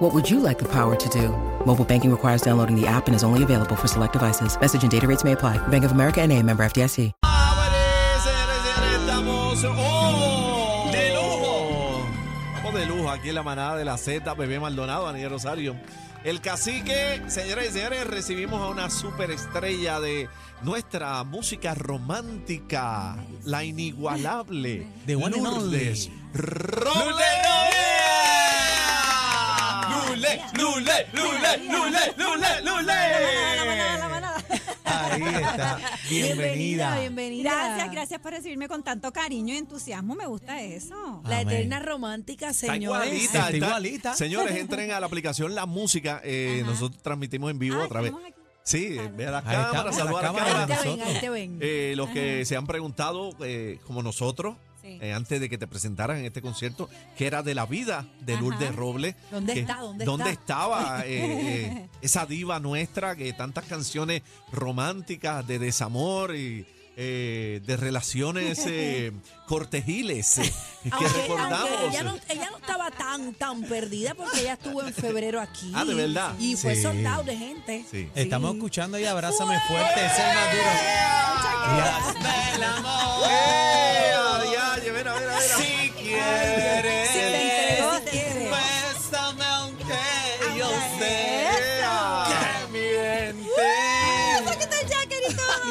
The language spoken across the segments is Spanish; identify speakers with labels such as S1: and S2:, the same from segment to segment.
S1: What would you like the power to do? Mobile banking requires downloading the app and is only available for select devices. Message and data rates may apply. Bank of America and a member FDIC.
S2: ¡Abre, señores, señores! Estamos ¡oh! de lujo. Estamos de lujo aquí en la manada de la Z, bebé Maldonado, Daniel Rosario. El cacique, señoras y señores, recibimos a una superestrella de nuestra música romántica, la inigualable de
S3: one and
S2: Lourdes
S3: only.
S2: Robles.
S3: Lule, lule, lule, lule, lule,
S4: Eh,
S5: manada, la
S3: lule.
S5: manada.
S2: Ahí está. Bienvenida.
S5: Bienvenida. Gracias, gracias por recibirme con tanto cariño y entusiasmo. Me gusta eso.
S4: Ah.
S3: La Amén. eterna
S5: romántica,
S2: Está igualita,
S3: Está igualita.
S2: Señores, entren a la aplicación La Música. eh,
S5: Ajá.
S2: nosotros transmitimos en vivo
S5: Ah,
S2: a través.
S5: estamos aquí.
S2: Sí, eh,
S5: Claro.
S2: ve a las
S3: Ahí está,
S2: cámaras,
S3: a la
S2: saluda a las
S3: cámara de
S2: cámaras.
S3: nosotros.
S5: ven.
S2: Eh, los que se han preguntado, eh, como nosotros,
S5: Sí.
S2: eh, antes de que te presentaras en este concierto, que era de la vida de
S5: Ajá.
S2: Lourdes Robles.
S4: ¿Dónde
S2: que-
S4: está? ¿Dónde está?
S2: estaba eh, eh, esa diva nuestra que tantas canciones románticas de desamor y eh, de relaciones eh, cortejiles eh, que recordamos?
S4: aunque ella, no, ella no estaba tan, tan perdida porque ella estuvo en febrero aquí.
S2: Ah, ¿de verdad?
S4: Y fue
S3: Sí.
S4: soldado de gente.
S2: Sí.
S3: Estamos escuchando y abrázame fuerte, ese es más duro. Y hazme el amor.
S2: ¡Eh! adiaye, mira, mira, mira.
S3: Si quieres,
S5: te entregó, te entregó.
S3: bésame aunque yo sé
S2: ¡Eh!
S3: que mientes.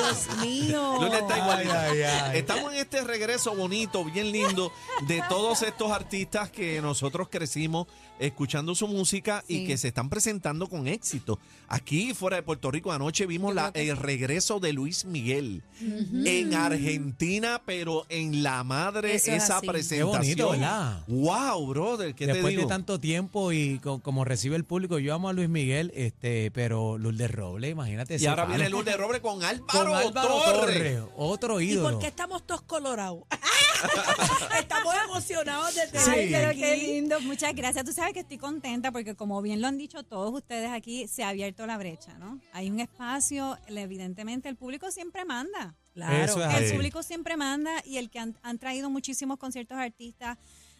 S4: Dios mío.
S2: Lola está igualita.
S3: Ay, ay, ay.
S2: Estamos en este regreso bonito, bien lindo, de todos estos artistas que nosotros crecimos escuchando su música y
S5: Sí.
S2: que se están presentando con éxito. Aquí fuera de Puerto Rico anoche vimos la- el regreso de Luis Miguel en Argentina, pero en la madre
S4: Eso es
S2: esa
S4: así. Qué
S2: presentación.
S3: bonito, ¿verdad?
S2: Wow, brother, ¿qué te
S3: Después
S2: digo?
S3: de tanto tiempo y co- como recibe el público, yo amo a Luis Miguel, este, pero Lourdes Robles, imagínate.
S2: y
S3: ese
S2: ahora viene
S3: palo.
S2: Lourdes Robles con Álvaro,
S3: Con Álvaro
S2: Torres.
S3: Torres, otro
S4: ¿Y
S3: ídolo.
S4: por qué estamos todos colorados? estamos emocionados de
S5: Ay,
S4: tener
S5: pero qué lindo. Muchas gracias. Tú sabes que estoy contenta porque, como bien lo han dicho todos ustedes aquí, se ha abierto la brecha, ¿no? Hay un espacio, evidentemente el público siempre manda.
S4: Claro.
S3: Eso es
S5: El
S3: así.
S5: público siempre manda y el que han, han traído muchísimos conciertos de artistas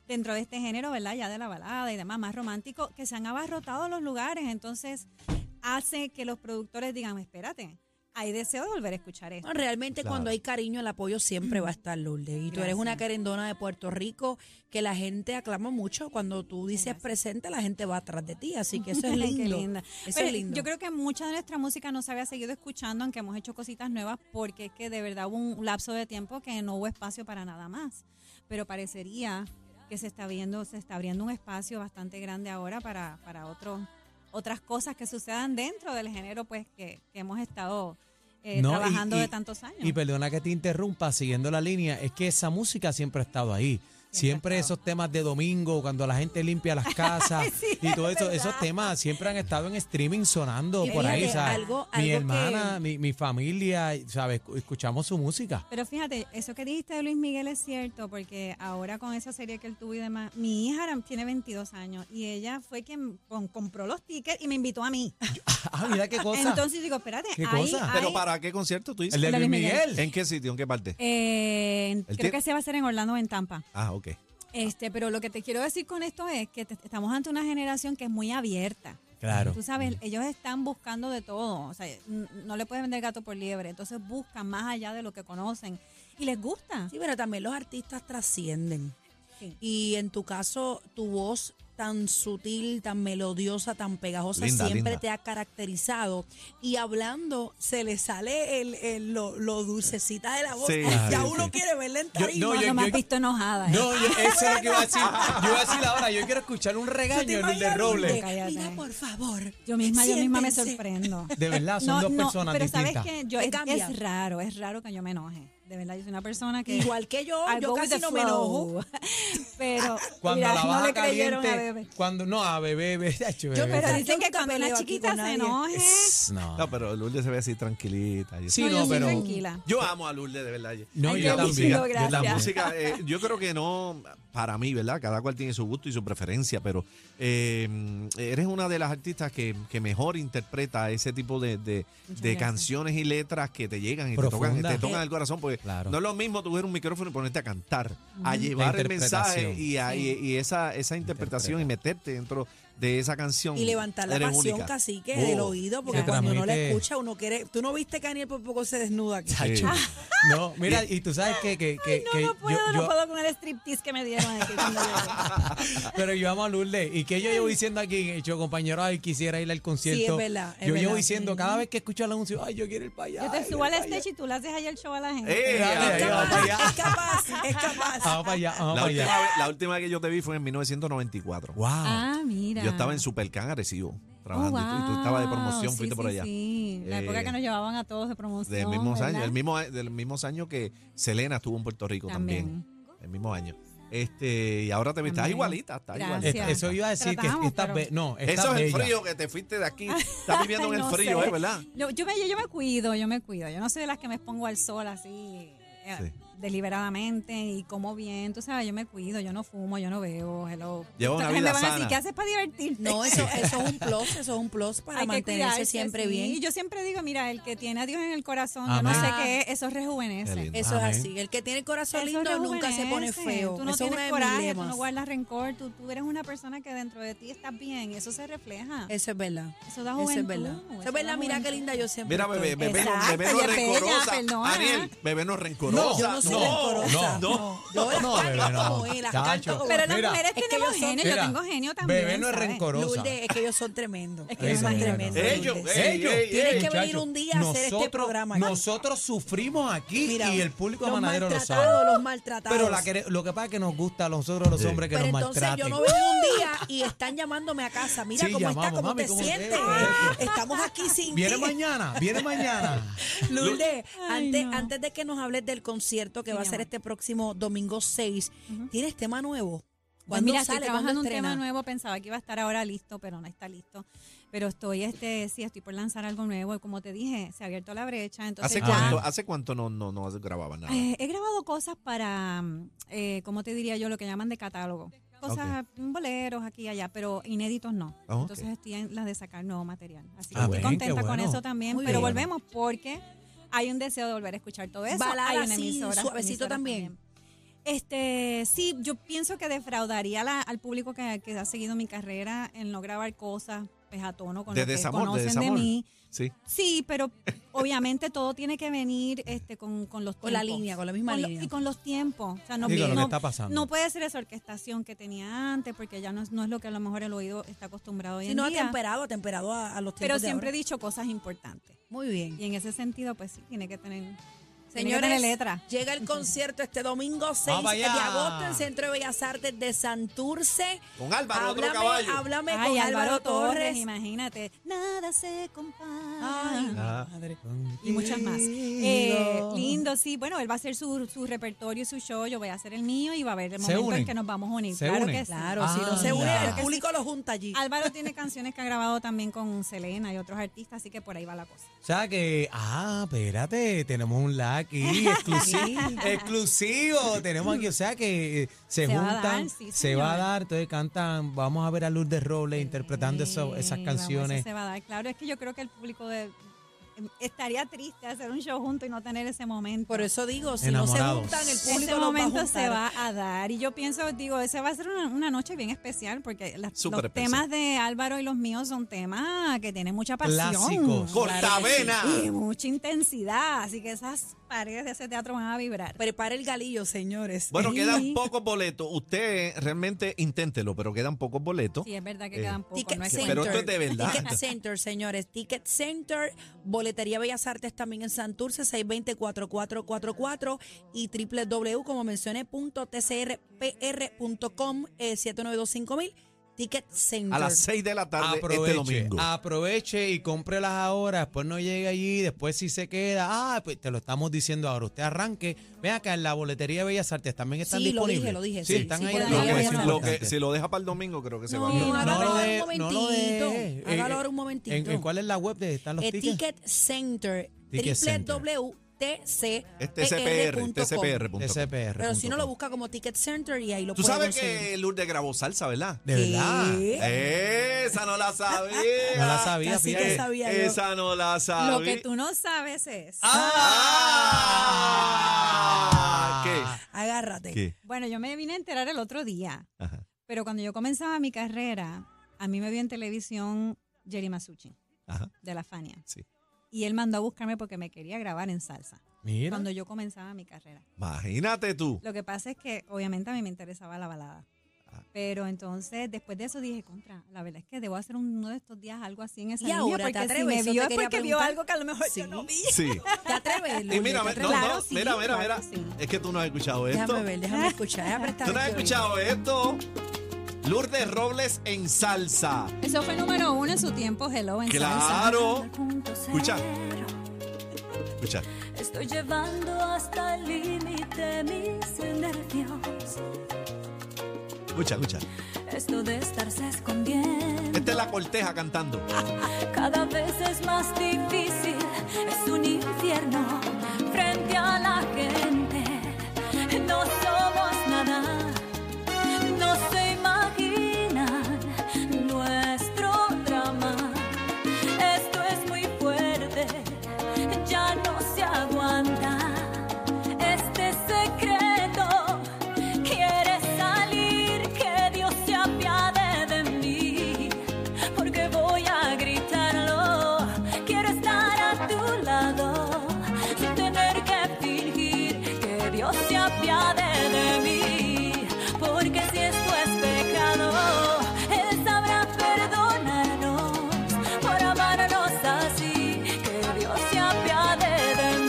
S5: dentro de este género, ¿verdad? Ya de la balada y demás, más romántico, que se han abarrotado los lugares. Entonces, hace que los productores digan, espérate, hay deseo de volver a escuchar esto.
S4: No, realmente
S2: Claro.
S4: cuando hay cariño, el apoyo siempre va a estar, Lourdes. Y tú eres
S5: Gracias.
S4: una querendona de Puerto Rico que la gente aclama mucho. Cuando tú dices
S5: Gracias.
S4: presente, la gente va atrás de ti. Así que eso es
S5: Ay, qué
S4: lindo.
S5: linda.
S4: Eso
S5: Pero
S4: es lindo.
S5: Yo creo que mucha de nuestra música no se había seguido escuchando, aunque hemos hecho cositas nuevas, porque es que de verdad hubo un lapso de tiempo que no hubo espacio para nada más. Pero parecería que se está viendo, se está abriendo un espacio bastante grande ahora para, para otro- otras cosas que sucedan dentro del género pues que, que hemos estado eh,
S3: No, y-
S5: trabajando
S3: y-
S5: de tantos años.
S3: Y perdona que te interrumpa, siguiendo la línea, es que esa música siempre ha estado ahí. Siempre
S5: ha estado.
S3: esos temas de domingo, cuando la gente limpia las casas
S5: Sí,
S3: y todo
S5: es
S3: eso,
S5: verdad.
S3: esos temas siempre han estado en streaming sonando
S4: Y
S3: por ahí,
S4: fíjate,
S3: ¿sabes?
S4: algo-
S3: mi
S4: algo
S3: hermana,
S4: que-
S3: mi, mi familia, ¿sabes? Escuchamos su música.
S5: Pero fíjate, eso que dijiste de Luis Miguel es cierto, porque ahora con esa serie que él tuvo y demás, mi hija ahora tiene 22 años y ella fue quien con- compró los tickets y me invitó a mí.
S3: Ah, mira qué cosa.
S5: Entonces digo, espérate,
S3: ¿Qué
S5: ahí-
S3: cosa?
S2: ¿Pero
S5: ahí-
S2: para qué concierto tú dices?
S3: el de Luis Miguel.
S2: ¿En qué sitio? ¿En qué parte?
S5: eh,
S2: El
S5: creo
S2: ti-
S5: que se va a hacer en Orlando o en Tampa.
S2: Ah, ok.
S5: Este, pero lo que te quiero decir con esto es que te- estamos ante una generación que es muy abierta.
S3: Claro.
S5: Tú sabes, ellos están buscando de todo. O sea, n- no le puedes vender gato por liebre. Entonces buscan más allá de lo que conocen. Y les gusta.
S4: Sí, pero también los artistas trascienden.
S5: Sí.
S4: Y en tu caso, tu voz tan sutil, tan melodiosa, tan pegajosa,
S2: Linda,
S4: siempre
S2: linda.
S4: te ha caracterizado. Y hablando, se le sale el, el- lo, lo dulcecita de la voz.
S2: Sí,
S4: ya
S3: sí,
S4: uno
S3: sí.
S4: quiere verla en
S3: Yo- no,
S4: tarima.
S3: yo-
S5: Cuando me has visto enojada. ¿eh?
S3: No, yo- eso es lo que iba a decir. Yo iba a decir ahora, yo quiero escuchar un
S4: ¿Tú te
S3: regaño en el de
S4: imaginas,
S3: Robles.
S4: Lourdes?
S5: Cállate.
S4: Mira, por favor.
S5: Yo misma, yo misma me
S4: siéntense.
S5: sorprendo.
S3: De verdad, son dos personas
S5: pero
S3: distintas.
S5: sabes que yo,
S4: Te
S5: es,
S4: cambia.
S5: es raro, es raro que yo me enoje. de verdad, yo soy una persona que...
S4: Igual que yo,
S5: I
S4: yo
S5: go with
S4: casi
S5: the
S4: no me
S5: flow.
S4: enojo.
S5: pero
S3: Ah, Cuando
S5: mira,
S3: la
S5: no
S3: baja
S5: le creyeron a
S3: caliente.
S5: bebé.
S3: cuando no, a bebé, bebé, Yo
S5: Pero
S4: Yo
S5: dicen
S4: nunca
S5: que cuando una
S4: peleo aquí
S5: chiquita
S4: con
S5: se
S4: nadie.
S5: enoje...
S3: No.
S2: No, pero Lourdes se ve así tranquilita. y
S3: Sí,
S2: eso.
S5: yo
S3: no,
S5: soy
S3: pero-
S5: tranquila.
S2: Yo amo a Lourdes, de verdad.
S3: No,
S5: Ay,
S3: yo
S5: qué
S3: también.
S5: lindo,
S3: yo
S5: gracias.
S2: La
S3: también.
S2: música, eh, yo creo que no, para mí, ¿verdad? Cada cual tiene su gusto y su preferencia, pero eh, eres una de las artistas que, que mejor interpreta ese tipo de, de-
S5: Muchas
S2: de
S5: gracias.
S2: canciones y letras que te llegan y te
S3: Profunda.
S2: tocan, te tocan el corazón, porque
S3: Claro.
S2: no es lo mismo tú ver un micrófono y ponerte a cantar, a llevar el mensaje
S3: interpretación.
S2: y, a- y- y esa, esa interpretación
S3: Interpreta.
S2: y meterte dentro de esa canción.
S4: Y levantar la
S2: Eres
S4: pasión
S2: única.
S4: cacique
S2: Oh.
S4: del oído, porque
S3: Se
S4: cuando uno la
S3: transmite.
S4: escucha, uno quiere. Tú no viste que Aniel por poco se desnuda aquí.
S2: Sí.
S3: No, mira, y tú sabes que, que, que,
S5: No,
S3: que
S5: no puedo,
S3: yo-
S5: no
S3: yo-
S5: puedo con el striptease que me dieron aquí cuando llegué.
S3: pero yo amo a Lourdes. ¿Y que yo llevo diciendo aquí, hecho compañero? Ay, quisiera ir al concierto.
S4: Sí, es verdad, es
S3: yo llevo
S4: verdad.
S3: diciendo cada vez que escucho el anuncio, ay, yo quiero ir para allá.
S5: Yo
S3: ay,
S5: te
S3: yo
S5: subo al
S3: para allá.
S5: stage y tú le haces ahí el show a la gente.
S2: ¡Eh!
S3: Dale,
S2: ahí va,
S3: vamos para allá.
S4: Es capaz, es capaz.
S3: Vamos para allá, vamos
S2: La
S3: para allá.
S2: última, vez- la última vez que yo te vi fue en 1994.
S3: Wow.
S5: Ah, mira.
S2: Yo estaba en Supercan Arecibo
S5: Oh,
S2: trabajando y tú- y, tú, estabas de
S5: wow.
S2: promoción,
S5: Sí,
S2: fuiste por
S5: sí,
S2: allá.
S5: Sí, la
S2: Eh,
S5: época que nos llevaban a todos de promoción.
S2: Del mismo año,
S5: ¿verdad?
S2: el mismo, del mismo año que Selena estuvo en Puerto Rico también. El mismo año. Este, y ahora te vi- estás
S5: También.
S2: igualita, estás
S5: Gracias.
S2: igualita.
S3: Es-
S5: Gracias.
S3: E-, Eso iba a decir que
S5: Tratamos,
S3: esta
S5: pero-
S3: vez. No, esta
S2: Eso es el
S3: bella.
S2: frío que te fuiste de aquí. Estás viviendo en el
S5: No
S2: frío,
S5: sé.
S2: ¿eh? ¿verdad?
S5: Yo, yo, me, yo me cuido, yo me cuido. Yo no soy de las que me expongo al sol así eh,
S2: Sí.
S5: deliberadamente y como bien. Tú sabes, yo me cuido, yo no fumo, yo no bebo. Hello.
S2: Lleva una
S5: Entonces
S2: vida
S5: me van a decir,
S2: sana.
S5: ¿qué haces para divertirte?
S4: No, eso, eso es un plus, eso es un plus para
S5: Hay que
S4: mantenerse
S5: cuidarse,
S4: siempre
S5: sí.
S4: bien.
S5: Yo siempre digo, mira, el que tiene a Dios en el corazón,
S3: Amén.
S5: yo no sé qué es, eso rejuvenece.
S2: Qué lindo.
S4: Eso
S3: Amén.
S4: es así. El que tiene el corazón
S5: Eso
S4: lindo nunca se pone
S5: rejuvenece.
S4: feo.
S5: Tú no
S4: eso es uno
S5: tienes
S4: de mis
S5: coraje, tú
S4: lemas.
S5: no guardas rencor, tú, tú eres una persona que dentro de ti estás bien, eso se refleja.
S4: Eso es verdad.
S5: Eso da
S4: Eso
S5: juventud.
S4: es verdad. Eso
S5: eso
S4: es verdad.
S5: da
S4: Mira qué
S5: juventud.
S4: linda yo siempre.
S2: Mira, bebé,
S4: estoy.
S2: bebé, no,
S5: Exacto,
S2: bebé no
S5: ya es bella,
S2: rencorosa.
S5: perdona.
S2: Daniel, bebé no rencorosa.
S4: Yo no soy
S3: No,
S4: rencorosa.
S3: no,
S4: yo
S3: no,
S4: las
S3: bebé,
S4: canto
S3: no.
S4: como es, las
S3: Chacho.
S4: canto como
S5: Pero
S4: es.
S5: las
S3: Mira,
S5: mujeres
S4: es que
S5: tenemos
S4: yo soy-
S5: genio,
S3: Mira,
S5: yo tengo genio también.
S3: bebé no es
S5: ¿sabes?
S3: rencorosa.
S4: Lourdes, es que ellos son tremendos.
S5: Es que ellos
S4: son
S5: son
S4: tremendos.
S2: tremendos. Ellos,
S4: Lourdes.
S2: ellos. Ey,
S4: Tienes
S2: ey,
S4: que venir
S3: muchachos,
S4: un día a hacer este programa. aquí.
S3: Nosotros sufrimos aquí
S4: Mira,
S3: y el público
S4: los
S3: manadero lo
S4: maltratados,
S3: sabe.
S4: Los maltratados.
S3: Pero la que- lo que pasa es que nos gusta a nosotros los hombres que
S4: Pero
S3: nos
S4: entonces
S3: maltraten.
S4: yo no vengo un día y están llamándome a casa. Mira
S3: Sí,
S4: cómo está,
S3: llamamos,
S4: cómo
S3: mami,
S4: te
S3: ¿cómo te-
S4: sientes. Estamos aquí sin
S3: viene
S4: ti.
S3: mañana, viene mañana.
S4: Lourdes,
S5: Ay,
S4: antes,
S5: no.
S4: antes de que nos hables del concierto que
S5: Sí,
S4: va a
S5: mi
S4: ser
S5: amor.
S4: este próximo domingo 6, ¿tienes tema nuevo?
S5: Pues
S4: ¿Cuándo
S5: mira,
S4: sale? ¿Cuándo
S5: estoy trabajando un
S4: estrena?
S5: tema nuevo, pensaba que iba a estar ahora listo, pero no está listo. Pero estoy, este, sí, estoy por lanzar algo nuevo. Y como te dije, se ha abierto la brecha. Entonces
S2: ¿Hace
S5: ya-
S2: cuánto, ¿Hace cuánto no, no, no grababan nada?
S5: Eh, he grabado cosas para, mm, eh, ¿cómo te diría yo? Lo que llaman de catálogo. Cosas, mm, boleros aquí y allá, pero inéditos no.
S2: Ah, ok.
S5: Entonces estoy en las de sacar nuevo material. Así que
S3: Ah,
S5: estoy
S3: bien,
S5: contenta
S3: qué
S5: con
S3: bueno.
S5: eso también.
S4: Muy
S5: pero
S4: bien.
S5: volvemos porque hay un deseo de volver a escuchar todo eso.
S4: Balada
S5: hay una
S4: así,
S5: emisora,
S4: suavecito
S5: emisora
S4: también.
S5: Este, sí, yo pienso que defraudaría la- al público que, que ha seguido mi carrera en no grabar cosas pues, a tono con
S2: De
S5: lo que
S2: desamor, de
S5: conocen de,
S2: desamor.
S5: mí.
S2: Sí.
S5: Sí, pero obviamente todo tiene que venir este, con, con los
S4: Con la
S5: tiempos.
S4: línea, con la misma
S5: lo-
S4: línea.
S5: y con los tiempos. O sea, no,
S3: Digo, lo que
S5: no-
S3: está pasando.
S5: no puede ser esa orquestación que tenía antes, porque ya no es, no es lo que a lo mejor el oído está acostumbrado hoy
S4: Si
S5: en
S4: no,
S5: día.
S4: atemperado, atemperado a, a los tiempos
S5: Pero
S4: de
S5: siempre he
S4: ahora.
S5: dicho cosas importantes.
S4: Muy bien.
S5: Y en ese sentido, pues sí, tiene que tener, tiene que tener
S4: Señores,
S5: letra.
S4: llega el concierto este domingo 6
S3: Vamos
S4: de
S3: allá.
S4: agosto en Centro de Bellas Artes de Santurce.
S2: Con Álvaro, otro
S4: háblame,
S2: caballo.
S4: háblame
S5: Ay,
S4: con Álvaro Torres.
S5: imagínate. Nada se compara.
S4: Ay,
S2: Ah.
S4: madre.
S5: y muchas más. Eh, lindo, sí. Bueno, él va a hacer su, su repertorio, su show, yo voy a hacer el mío y va a haber el
S3: ¿Se
S5: momento
S3: unen?
S5: en que nos vamos a unir.
S3: ¿Se
S5: claro
S3: unen?
S5: que sí.
S4: Claro, si
S3: Ah,
S4: no se une,
S3: ya.
S4: el público lo junta allí.
S5: Álvaro tiene canciones que ha grabado también con Selena y otros artistas, así que por ahí va la cosa.
S3: O sea que, ah, espérate, tenemos un lag aquí exclusivo, exclusivo, tenemos aquí, o sea que eh, se,
S5: Se va a
S3: juntan,
S5: dar, sí,
S3: se va a
S5: señor.
S3: dar, entonces cantan, vamos a ver a Lourdes Robles interpretando eso-
S5: Eh,
S3: esas
S5: vamos,
S3: canciones.
S5: eso se va a dar. Claro, es que yo creo que el público de- em, estaría triste hacer un show junto y no tener ese momento.
S4: Por eso digo, si no se
S3: Enamorados.
S4: juntan, el público
S5: Ese
S4: los
S5: momento
S4: va a juntar.
S5: se va a dar y yo pienso, digo, esa va a ser una, una noche bien especial porque las- los
S2: Súper especial.
S5: temas de Álvaro y los míos son temas que tienen mucha pasión.
S3: Clásicos.
S2: Cortavena.
S5: Y mucha intensidad, así que esas paredes de ese teatro van a vibrar.
S4: Prepara el galillo, señores.
S2: Bueno,
S5: Sí.
S2: quedan pocos boletos. Usted realmente inténtelo, pero quedan pocos boletos.
S5: sí, es verdad que
S2: Eh,
S5: quedan pocos.
S4: Ticket
S5: no es
S4: Center.
S5: cuento.
S2: Pero esto es de verdad.
S4: Ticket Center, señores. Ticket Center, Boletería Bellas Artes también en Santurce, 620-4444 y www, como mencioné, punto tcrpr.com, eh, 7925000. Ticket Center.
S2: A las 6 de la tarde
S3: aproveche,
S2: este domingo.
S3: aproveche y cómprelas ahora, después no llega allí, después si se queda, ah, pues te lo estamos diciendo ahora, usted arranque, ve acá en la boletería de Bellas Artes, también están
S4: Sí, lo
S3: disponibles.
S4: dije, lo dije,
S3: Sí,
S4: sí,
S3: están
S4: sí,
S3: ahí.
S4: por ahí
S3: Lo que
S4: voy a
S3: es
S4: llamar.
S2: lo que,
S3: importante.
S2: si lo deja para el domingo, creo que se va a
S4: No,
S2: acabar.
S4: hágalo
S3: lo
S4: ahora
S3: de-
S4: un
S3: no lo de- eh,
S4: momentito, hágalo ahora un momentito.
S3: ¿En, en cuál es la web de están los
S4: Eh,
S3: tickets?
S4: Ticket Center.
S3: Ticket Center.
S2: Este Es TCPR,
S4: www.tcpr.com.
S2: TCPR.
S3: SPR.
S4: Pero si no lo busca como Ticket Center y ahí lo
S2: Tú
S4: puede
S2: sabes
S4: conseguir.
S2: que Lourdes grabó salsa, ¿verdad?
S3: De
S4: ¿Qué?
S3: verdad.
S2: Esa no la sabía. Eh,
S3: No la sabía,
S4: Casi que
S3: fíjate.
S4: sabía. yo.
S2: Esa no la sabía.
S5: Lo que tú no sabes es.
S2: ¡Ah! ¿Qué?
S4: Agárrate.
S2: ¿Qué?
S5: Bueno, yo me vine a enterar el otro día,
S2: Ajá.
S5: pero cuando yo comenzaba mi carrera, a mí me vio en televisión Jerry Masucci
S2: Ajá.
S5: de la Fania.
S2: Sí.
S5: Y él mandó a buscarme porque me quería grabar en salsa
S3: Mira.
S5: cuando yo comenzaba mi carrera.
S2: Imagínate tú.
S5: Lo que pasa es que obviamente a mí me interesaba la balada.
S2: Ah.
S5: Pero entonces, después de eso dije, contra, la verdad es que debo hacer uno de estos días algo así en esa
S4: Y
S5: línea,
S4: ahora te
S5: porque si
S4: atreves,
S5: me
S4: eso te
S5: vio es
S4: quería
S5: porque vio
S4: preguntar.
S5: algo que a lo mejor yo
S4: Sí.
S5: no vi.
S2: Sí.
S4: ¿Te atreves, Luis?
S2: Y mira,
S4: ¿Te
S2: me- no,
S4: atreves?
S5: Claro,
S2: no,
S5: sí,
S2: mira, mira, mira.
S5: claro, sí.
S2: Es que tú no has escuchado esto.
S4: Déjame ver, déjame escuchar. déjame prestar
S2: ¿Tú no has
S4: este
S2: escuchado esto? Lourdes Robles en salsa.
S5: Eso fue número uno en su tiempo, Hello, en salsa.
S2: Claro. Escucha. Escucha.
S6: Estoy llevando hasta el límite mis nervios.
S2: Escucha, escucha.
S6: Esto de estarse escondiendo
S2: Esta es la corteja cantando.
S6: cada vez es más difícil. Es un infierno frente a la gente. No somos nada. No se imaginan nuestro drama. Esto es muy fuerte. Ya no se aguanta. Este secreto quiere salir, que Dios se apiade de mí, porque voy a gritarlo. Quiero estar a tu lado, sin tener que fingir que Dios se apiade de mí, porque si esto es pecado, Él sabrá perdonarnos por amarnos así, que Dios se apiade de mí.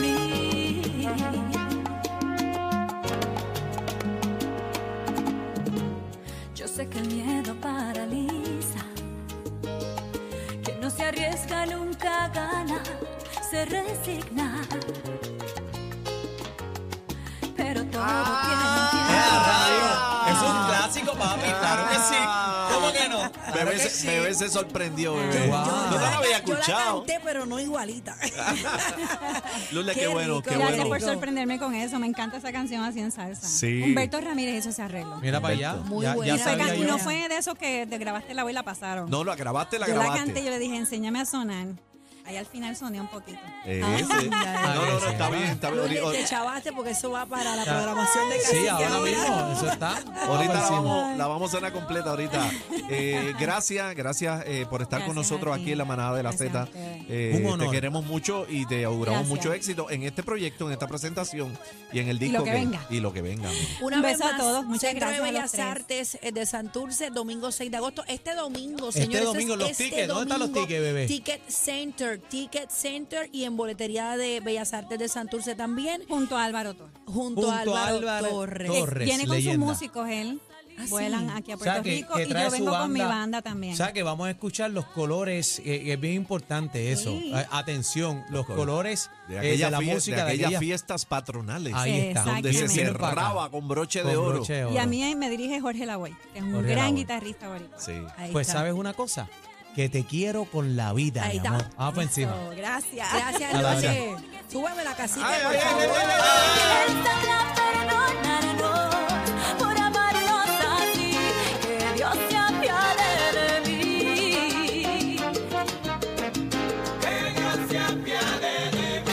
S6: Yo sé que el miedo paraliza. Quien no se arriesga nunca gana, se resigna. Pero todo
S3: Ah,
S6: tiene un
S3: rayo.
S6: tiempo.
S3: Es un clásico, papi. Claro que sí. ¿Cómo que no? Claro
S2: Ah. Bebé,
S3: que
S2: se,
S3: sí.
S2: bebé se sorprendió, bebé.
S4: Yo,
S3: Wow.
S2: Yo no la había
S4: yo la
S2: escuchado.
S4: canté, pero no igualita.
S2: Lourdes, qué,
S4: Qué
S2: bueno,
S4: rico.
S2: qué
S5: Gracias
S2: bueno.
S5: por sorprenderme con eso. Me encanta esa canción así en salsa.
S2: Sí.
S5: Humberto Ramírez hizo ese arreglo.
S3: Mira para allá.
S4: Muy
S3: ya,
S4: buena.
S3: ya
S5: Y fue
S3: sabía
S5: can-
S3: yo.
S5: no fue de eso que te grabaste la voz y la pasaron.
S2: No, la grabaste, la
S5: yo la
S2: grabaste.
S5: canté y yo le dije, enséñame a sonar. Ahí al final soné un poquito.
S2: Ese.
S4: ya,
S2: No, no, no,
S3: ya.
S2: está bien, está bien.
S4: Luis,
S2: Ahorita,
S4: te chavaste porque eso va para la programación de Cacique
S3: Sí, ahora mismo. Eso está.
S2: ahorita la,
S3: Vamos encima.
S2: vamos, la vamos a cenar completa ahorita. Eh, gracias, gracias eh, por estar con
S5: Gracias
S2: nosotros
S5: a ti.
S2: aquí en la manada de la
S5: Gracias
S2: Z.
S5: a ustedes.
S2: Eh,
S3: Un honor.
S2: Te queremos mucho y te auguramos
S5: Gracias.
S2: mucho éxito en este proyecto, en esta presentación y en el disco.
S5: lo que venga.
S2: Y lo que venga. amor.
S4: Una
S5: Un
S4: vez
S5: beso a
S4: más,
S5: todos, muchas
S4: Centro
S5: gracias a
S4: de
S5: los
S4: Bellas
S5: tres.
S4: Artes eh, de Santurce, domingo 6 de agosto. Este domingo,
S3: Este
S4: señores. es
S3: domingo, los
S4: este
S3: tickets, ¿dónde están los
S4: domingo,
S3: tickets, bebé?
S4: Ticket Center, Ticket Center y en boletería de Bellas Artes de Santurce también,
S5: Junto a Álvaro Torres.
S4: junto,
S3: Junto
S4: a Álvaro,
S3: a Álvaro
S4: Torres.
S3: Torres.
S5: Viene con sus
S3: leyenda.
S5: músicos él.
S4: Ah, sí.
S5: Vuelan aquí a
S3: O
S5: Puerto
S3: sea, que-
S5: Rico
S3: que
S5: y
S3: trae
S5: yo
S3: su
S5: vengo con mi banda también.
S3: O sea, que vamos a escuchar los colores, eh, que es bien importante eso.
S5: Sí.
S3: Eh, atención, los
S2: colores.
S3: colores eh,
S2: De
S3: de,
S2: aquella
S3: la
S2: fie-
S3: música,
S2: de aquellas
S3: aquella-
S2: fiestas patronales.
S3: Ahí está.
S2: Donde se
S5: Exactamente.
S2: cerraba con broche de
S3: Con
S2: oro.
S3: broche de
S5: y a mí ahí me dirige Jorge Lavoy, que es un
S3: Jorge
S5: gran
S3: Lavoy.
S5: guitarrista boricua.
S2: Sí.
S4: Ahí
S3: Pues
S4: está.
S3: sabes una cosa, que te quiero con la vida,
S4: Ahí
S3: mi
S4: está.
S3: amor. Vamos por encima.
S5: Oh, gracias.
S4: Gracias,
S3: A la
S4: Lore. Súbeme la casita,
S2: Ay,
S4: por
S2: ay, ay,
S4: favor.
S2: ay, ay, ay.
S6: Él sabrá